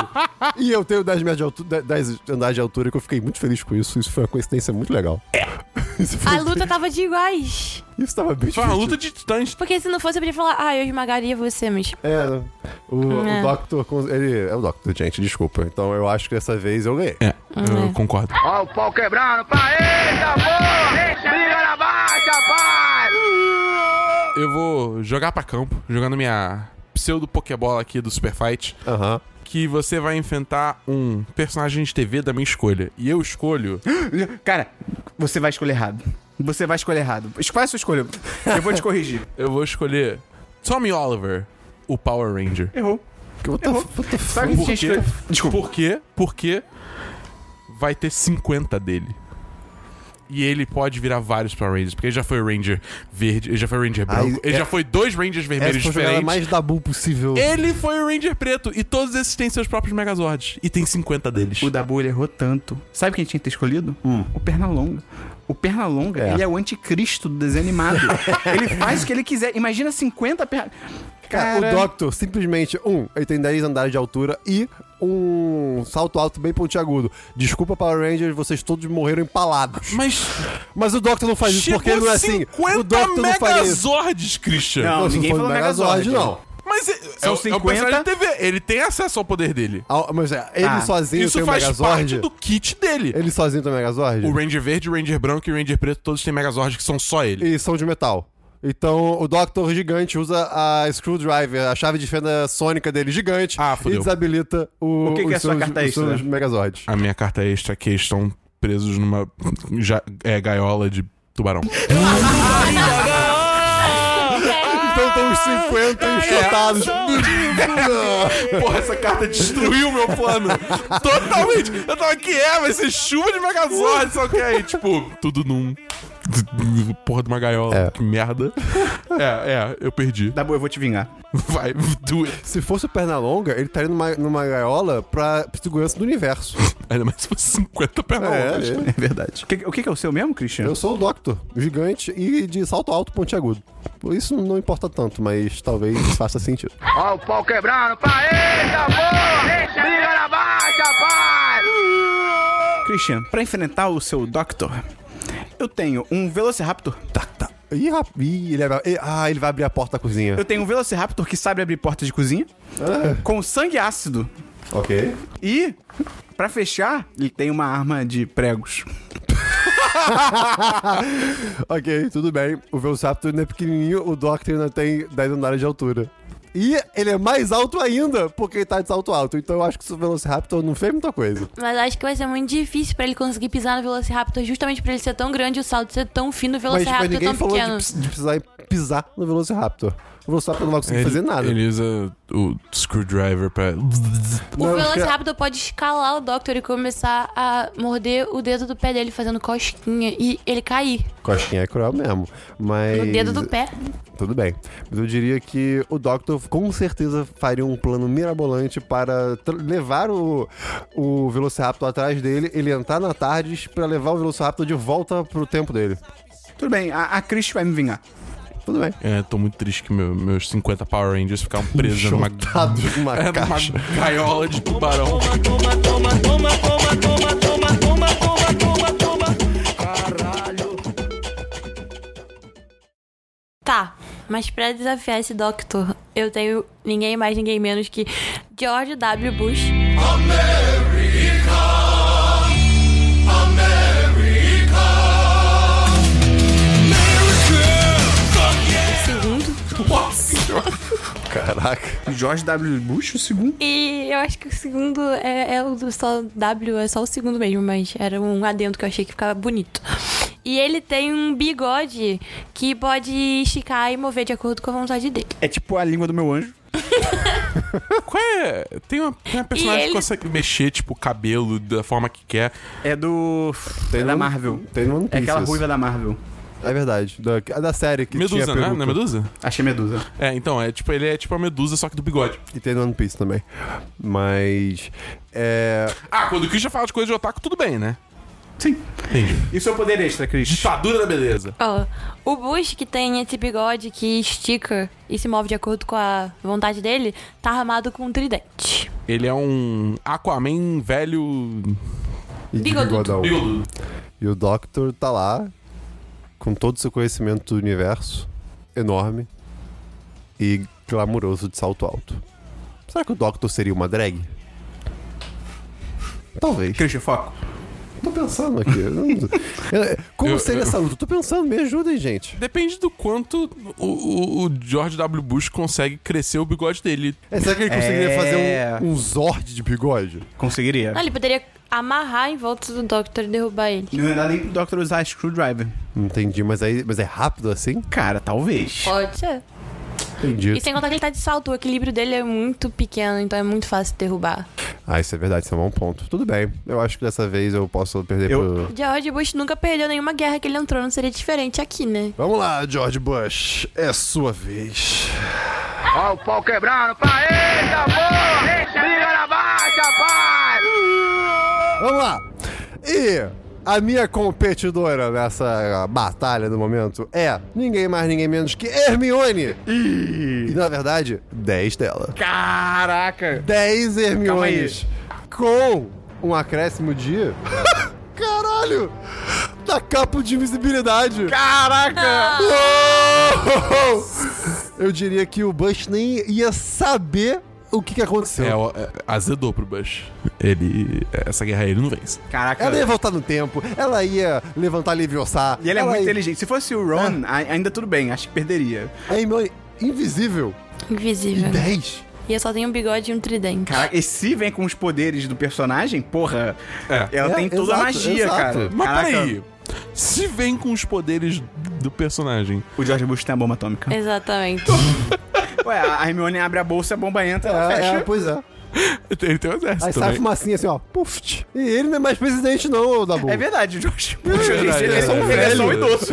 E eu tenho 10, metros de altura, 10 andares de altura que eu fiquei muito feliz com isso. Isso foi uma coincidência muito legal. É. Isso, foi,
A luta tava de iguais.
isso tava bem
Foi é uma
divertido.
luta de titãs.
Porque se não fosse, eu podia falar, ah, eu esmagaria você, mas.
É, o, o
É.
Doctor. cons- Ele é o Doctor, gente, desculpa. Então eu acho que dessa vez eu ganhei.
É, eu concordo.
Ó o pau quebrando, pai, eita, pô! Deixa a ligada baixa, pai!
Eu vou jogar pra campo, jogando minha pseudo Pokébola aqui do Super Fight,
Aham.
que você vai enfrentar um personagem de TV da minha escolha. E eu escolho...
Cara, você vai escolher errado. Você vai escolher errado. Es- Qual é a sua escolha? Eu vou te corrigir.
Eu vou escolher Tommy Oliver, o Power Ranger.
Errou. Errou. Sabe
Por
que
quê?
tinha Desculpa.
Por quê? Porque vai ter 50 dele. E ele pode virar vários Power Rangers, porque ele já foi o Ranger verde, ele já foi o Ranger
Ah,
branco,
e-
ele
é-
já foi dois Rangers
Essa
vermelhos
foi a jogada
diferentes.
mais Dabu possível.
Ele foi o Ranger preto, e todos esses têm seus próprios Megazords. E tem 50 deles.
O Dabu ele errou tanto. Sabe quem tinha que ter escolhido? O Pernalonga. O Pernalonga,
É.
ele é o anticristo do desenho animado. ele faz o que ele quiser. Imagina 50 perna...
Cara,
Cara.
o Doctor, simplesmente, um, ele tem 10 andares de altura e um salto alto bem pontiagudo. Desculpa, Power Rangers, vocês todos morreram empalados.
Mas
Mas o Doctor não faz isso porque ele não é assim. O Doctor não faz isso.
megazords, Christian.
Não,
Não,
ninguém
foi um
falou
Megazord,
Megazord,
não.
Mas é, é, o- é o
50.
personagem de TV. Ele tem acesso ao poder dele.
Ah, Mas é, ele
Ah,
sozinho tem
Isso
o
faz parte
Megazord?
do kit dele.
Ele sozinho tem o Megazord?
O Ranger verde, o Ranger branco e o Ranger preto, todos têm megazords que são só ele.
E são de metal. Então o Doctor gigante usa a screwdriver, a chave de fenda sônica dele gigante,
Ah, fudeu.
e desabilita o,
O que que
os
é sua
seus,
carta
os
extra?
seus Megazords.
A minha carta extra aqui estão presos numa ja- é, gaiola de tubarão.
Então estão os 50 enxotados.
Porra, essa carta destruiu meu plano. Totalmente. Eu tava que é, vai ser chuva de Megazord, só que aí, tipo, tudo num. Porra de uma gaiola,
É.
que merda. É, é, eu perdi.
Dabu, eu vou te vingar.
Vai, do it.
Se fosse o Pernalonga, ele estaria numa, numa gaiola pra segurança do universo.
Ainda mais se fosse 50 pernas
É,
longas.
é.
É verdade. O que, o que que é o seu mesmo, Christian?
Eu sou o Doctor, gigante e de salto alto pontiagudo. Isso não importa tanto, mas talvez faça sentido.
Ó o pau quebrando, pra eita, porra! Briga na baixa, pai!
Christian, pra enfrentar o seu Doctor, eu tenho um Velociraptor. tá.
Ih, rap- ih, ele vai, ih, ah, ele vai abrir a porta da cozinha.
Eu tenho um Velociraptor que sabe abrir porta de cozinha. Com sangue ácido.
Ok.
E, pra fechar, ele tem uma arma de pregos.
Ok, tudo bem. O Velociraptor ainda é pequenininho, o Doctor ainda tem 10 andares de altura. E ele é mais alto ainda, porque ele tá de salto alto. Então eu acho que o Velociraptor não fez muita coisa.
Mas acho que vai ser muito difícil pra ele conseguir pisar no Velociraptor, justamente por ele ser tão grande e o salto ser tão fino, o
Mas, tipo,
Velociraptor
ninguém
tão
falou de,
pequeno.
precis- de precisar pisar no Velociraptor. O Velociraptor não vai conseguir fazer nada.
Ele usa o screwdriver pra.
O
Não, porque-
Velociraptor pode escalar o Doctor e começar a morder o dedo do pé dele, fazendo cosquinha e ele cair
Coxinha é cruel mesmo. Mas.
no dedo do pé.
Tudo bem. Mas eu diria que o Doctor com certeza faria um plano mirabolante para tr- levar o, o Velociraptor atrás dele, ele entrar na Tardes para levar o Velociraptor de volta pro tempo dele.
Tudo bem, a, a Chris vai me vingar.
Tudo bem.
É, tô muito triste que meu- meus 50 Power Rangers ficaram presos numa,
Enxotados Tá numa
é, numa
caixa.
gaiola de tubarão.
Tá, mas pra desafiar esse Doctor, eu tenho ninguém mais, ninguém menos que George W. Bush. Segundo.
Caraca.
George W. Bush, o segundo.
E eu acho que o segundo é, é o do só W, é só o segundo mesmo, mas era um adendo que eu achei que ficava bonito. E ele tem um bigode que pode esticar e mover de acordo com a vontade dele.
É tipo a língua do meu anjo.
Qual é? Tem uma, tem uma personagem
ele-
que consegue mexer, tipo, o cabelo da forma que quer.
É do. é da Marvel.
Tem no One
É
Piece
aquela
isso.
ruiva da Marvel.
É verdade. Da, é da série que
Medusa,
tinha
né?
peruca.
Não é Medusa?
Achei medusa.
É, então, é tipo, ele é tipo a Medusa, só que do bigode.
E tem no One Piece também. Mas... É...
Ah, quando o Christian fala de coisa de otaku, tudo bem, né?
Sim.
Entendi.
E o seu poder extra, Chris?
Ditadura da beleza.
Ó, o Bush, que tem esse bigode que estica e se move de acordo com a vontade dele, tá armado com um tridente.
Ele é um Aquaman velho.
e de
Bigodudo.
bigodão. E o Doctor tá lá, com todo o seu conhecimento do universo, enorme e glamuroso de salto alto. Será que o Doctor seria uma drag? Talvez.
Christian, foco.
Tô pensando aqui. Eu não- Eu- Como
Eu-
seria
eu-
essa luta? Tô pensando, me ajudem, gente.
Depende do quanto o, o- o George W. Bush consegue crescer o bigode dele.
É, será que ele conseguiria
É.
fazer um, um Zord de bigode?
Conseguiria.
Então, Ele poderia amarrar em volta do Doctor e derrubar ele.
Não é dá nem pro Doctor usar screwdriver.
Entendi, mas, aí, mas é rápido assim?
Cara, talvez.
Pode ser.
Entendi.
E sem contar que ele tá de salto, o equilíbrio dele é muito pequeno, então é muito fácil derrubar.
Ah, isso é verdade, isso é um bom ponto. Tudo bem, eu acho que dessa vez eu posso perder
Eu-
pro...
George Bush nunca perdeu nenhuma guerra que ele entrou, não seria diferente aqui, né?
Vamos lá, George Bush. É sua vez.
Ó o pau quebrando, pra eita, porra! Briga na baixa, pai!
Vamos lá. E A minha competidora nessa batalha do momento é ninguém mais, ninguém menos que Hermione. E na verdade, 10 dela.
Caraca!
10 Hermiones com um acréscimo de. Caralho! Da capa de invisibilidade!
Caraca!
Uou! Eu diria que o Bush nem ia saber o que, que aconteceu.
É, o- é, azedou pro Bush. Ele. Essa guerra aí ele não vence.
Caraca.
Ela ia voltar no tempo, ela ia levantar Leviossá.
E ele é muito
ia-
inteligente. Se fosse o Ron,
Ah.
a- ainda tudo bem, acho que perderia.
A Hermione, invisível,
Invisível.
10.
E eu só tenho um bigode e um tridente.
Caraca, e se vem com os poderes do personagem, porra,
É.
ela
É,
tem toda
exato,
a magia,
exato.
cara.
Mas
Caraca,
peraí. Se vem com os poderes do personagem.
O George Bush tem a bomba atômica.
Exatamente.
Ué, a Hermione abre a bolsa, a bomba entra, ela
É,
fecha.
é, pois é.
Ele tem um exército.
Aí sai a
né?
fumacinha assim, ó. Puft. E ele não é mais presidente, não, ô Dabu.
É verdade, o George Bush,
É
gente,
verdade,
ele é só
é
um- ele
verdade.
é só um idoso.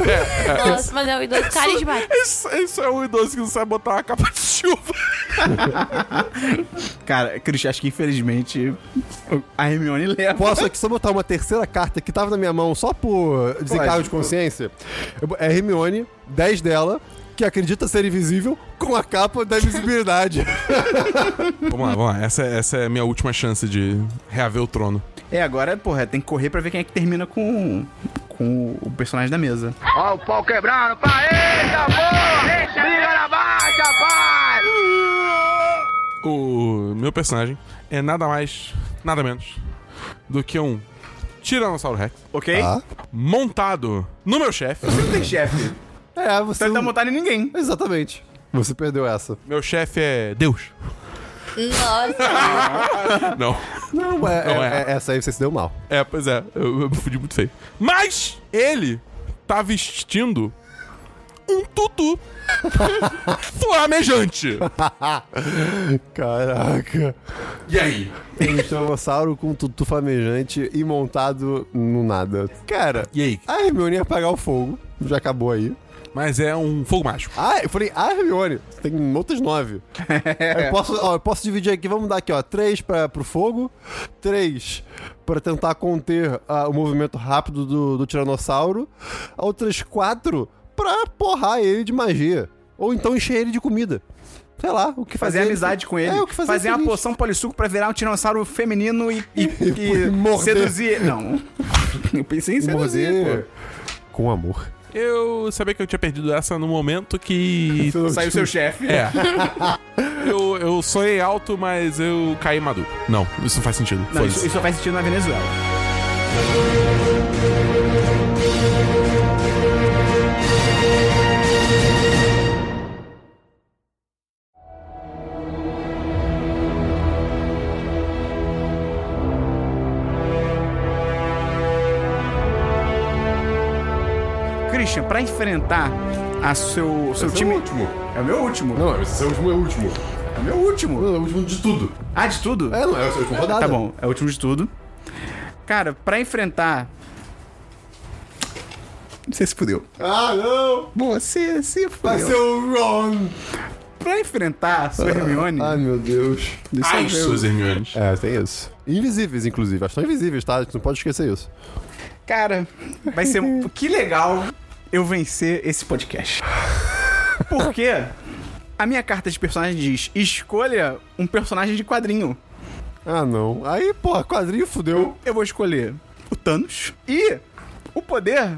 Nossa, mas é um idoso carismático.
Isso, isso é um idoso que não sabe botar uma capa de chuva.
Cara, Christian, acho que infelizmente a Hermione leva.
Posso aqui só botar uma terceira carta que tava na minha mão só por desencargo
Pode.
de consciência? Eu bo- É Hermione, 10 dela, que acredita ser invisível, com a capa da invisibilidade.
Vamos lá, vamos lá. Essa, essa é a minha última chance de reaver o trono.
É, agora, porra, tem que correr pra ver quem é que termina com, com o personagem da mesa.
Ó o pau quebrando, pá, eita, porra! Briga na baixa, pai!
O meu personagem é nada mais, nada menos do que um Tiranossauro Rex
Ok?
Ah.
montado no meu chefe.
Não tem chefe.
É, você.
Você não tá
não-
montado em ninguém.
Exatamente. Você perdeu essa.
Meu chefe é Deus.
Nossa.
Não.
Não, é,
Não é.
é- é- Essa aí você se deu mal.
É, pois é, eu, eu me fudi muito feio. Mas ele tá vestindo um tutu flamejante.
Caraca.
E aí?
Um estrangossauro com tutu flamejante e montado no nada. Cara,
E aí?
a Hermione ia apagar o fogo. Já acabou aí.
Mas é um fogo mágico.
Ah, eu falei, ah, Hermione, você tem outras nove. eu, posso, ó, eu posso dividir aqui, vamos dar aqui, ó, três pra, pro fogo, três pra tentar conter ah, o movimento rápido do, do Tiranossauro, outras quatro pra porrar ele de magia. Ou então encher ele de comida. Sei lá, o que fazer.
Fazer
ele-
amizade com ele.
É, o que fazer.
fazer uma
feliz.
poção polissuco pra virar um tiranossauro feminino e, e, e
morder.
seduzir. Não. Eu pensei em
E
seduzir,
morder
pô.
com amor.
Eu sabia que eu tinha perdido essa no momento que.
Saiu seu chefe.
É. eu, eu sonhei alto, mas eu caí maduro. Não, isso não faz sentido.
Não,
Foi
isso, isso só faz sentido na Venezuela. Christian, pra enfrentar a seu, seu time. É o meu último.
Não, esse é o último, é o último.
É o meu último.
Não, é o último de tudo.
Ah, de tudo?
É, não, é o último rodada.
Tá bom, é o último de tudo. Cara, pra enfrentar. Você se fudeu.
Ah, não!
Você se
Vai
fudeu.
ser o Ron!
Pra enfrentar a sua Hermione.
Ai, meu Deus.
deixa eu
Ai,
ver.
suas Hermiones.
É, tem isso. Invisíveis, inclusive. Elas estão invisíveis, tá? A gente não pode esquecer isso.
Cara, vai ser. um- que legal eu vencer esse podcast. Porque a minha carta de personagem diz: escolha um personagem de quadrinho.
Ah, não. Aí, porra, quadrinho fudeu.
Eu vou escolher o Thanos. E o poder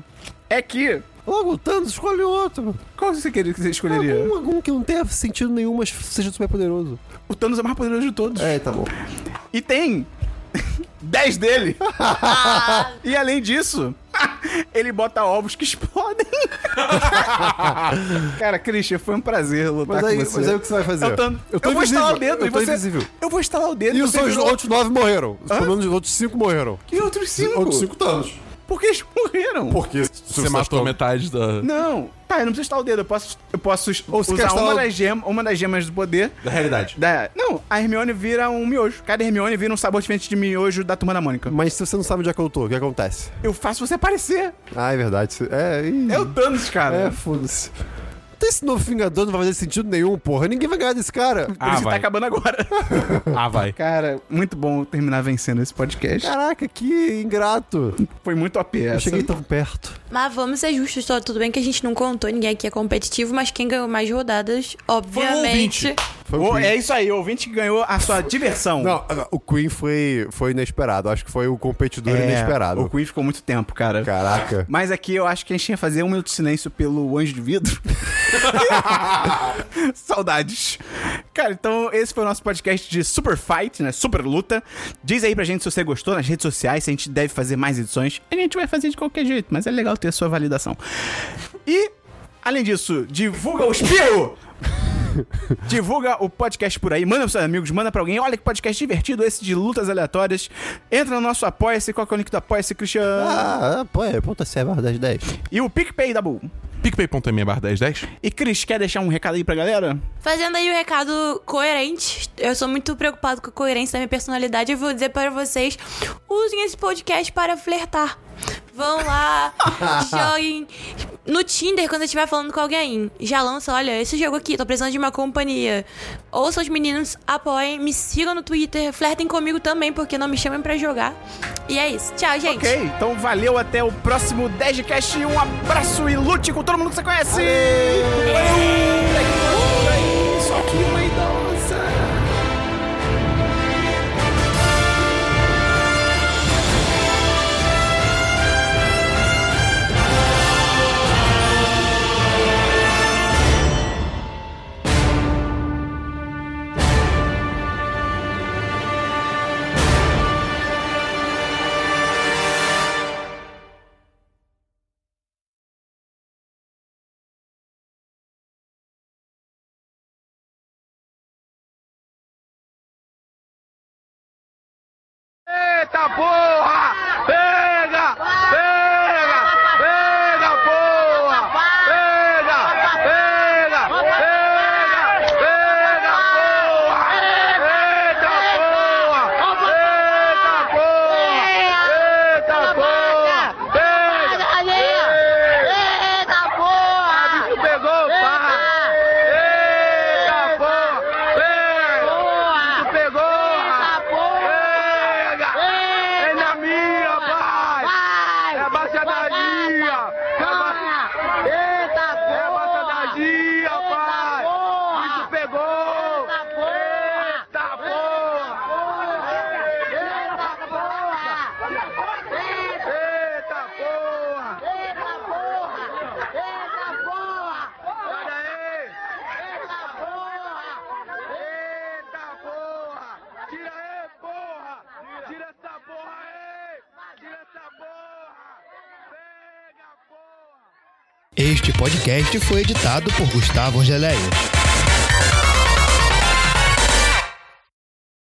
é que.
Logo, o Thanos escolhe outro.
Qual você queria que você escolheria?
Algum, algum que não tenha sentido nenhum, mas seja super poderoso.
O Thanos é o mais poderoso de todos.
É, tá bom.
E tem 10 dele. e além disso, ele bota ovos que explodem. Cara, Christian, foi um prazer lutar
Mas aí,
com você.
mas aí o que você vai fazer?
Eu, tô, É eu, vou instalar o dedo
eu
e
tô
você...
invisível.
Eu vou instalar o dedo
E os
você
outros-
virou-
outros nove morreram. Pelo menos os outros cinco morreram.
E outros cinco?
Outros cinco Thanos.
Porque eles morreram.
Por quê?
Você matou metade da,
Não. Tá, eu não preciso instalar o dedo. Eu posso, eu posso
Ou se quer
usar
instalar
uma,
o-
das gema, uma das gemas do poder.
da realidade.
Da... Não, a Hermione vira um miojo. Cada Hermione vira um sabor diferente de miojo da Turma da Mônica.
Mas se você não sabe onde é que eu tô, o que acontece?
Eu faço você aparecer.
Ah, é verdade. É, ih.
É o Thanos, cara.
É, foda-se. Até esse novo Vingador não vai fazer sentido nenhum, porra. Ninguém vai ganhar desse cara.
Por
Ah,
isso que tá
vai.
acabando agora.
Ah, vai.
Cara, muito bom terminar vencendo esse podcast.
Caraca, que ingrato.
Foi muito OP
Eu
essa.
cheguei tão perto.
Mas vamos ser justos, só. Tudo bem que a gente não contou, ninguém aqui é competitivo, mas quem ganhou mais rodadas, obviamente.
ouvinte.
Foi
Ô,
o Queen.
é isso aí, o ouvinte ganhou a sua diversão.
Não, o Queen foi, foi inesperado. Acho que foi o competidor
É,
inesperado.
O Queen ficou muito tempo, cara.
Caraca.
Mas aqui eu acho que a gente ia fazer um minuto de silêncio pelo Anjo de Vidro. Saudades. Cara, então esse foi o nosso podcast de Super Fight, né? Super Luta. Diz aí pra gente se você gostou nas redes sociais, se a gente deve fazer mais edições. A gente vai fazer de qualquer jeito, mas é legal ter a sua validação. E, além disso, divulga o espirro! Divulga o podcast por aí, manda pros seus amigos, manda pra alguém. Olha que podcast divertido esse de lutas aleatórias. Entra no nosso Apoia-se. Qual que é o link do Apoia-se, Cristiano?
Ah, pô, é ponta serva das 10.
E o PicPay da Bull.
PicPay.me barra 1010.
E Cris, quer deixar um recado aí pra galera?
Fazendo aí o recado coerente, eu sou muito preocupado com a coerência da minha personalidade. Eu vou dizer para vocês: usem esse podcast para flertar. Vão lá, joguem no Tinder quando estiver falando com alguém. Já lança, olha, esse jogo aqui, tô precisando de uma companhia. Ouçam os meninos, apoiem, me sigam no Twitter, flertem comigo também, porque não me chamem pra jogar. E é isso. Tchau, gente.
Ok, então valeu, até o próximo 10 de cast. Um abraço e lute com todo mundo que você conhece! Valeu! Só que uma idosa!
Eita porra! Pega! Pega! Pega, porra! Pega! Pega! Pega! Pega, porra! Eita porra! Eita porra! Eita porra! Pega! Eita porra! O bicho pegou, pá! Eita porra! Pega! O bicho pegou! Pega! É na minha, pai! É a baixadaria! É a ba- É a baixadaria, pai! Isso pegou! Eita porra! Eita porra! Olha aí! Eita porra! Eita porra! Tira aí, porra! Tira essa porra aí! Tira essa porra! Pega, porra!
Este podcast foi editado por Gustavo Angeléia.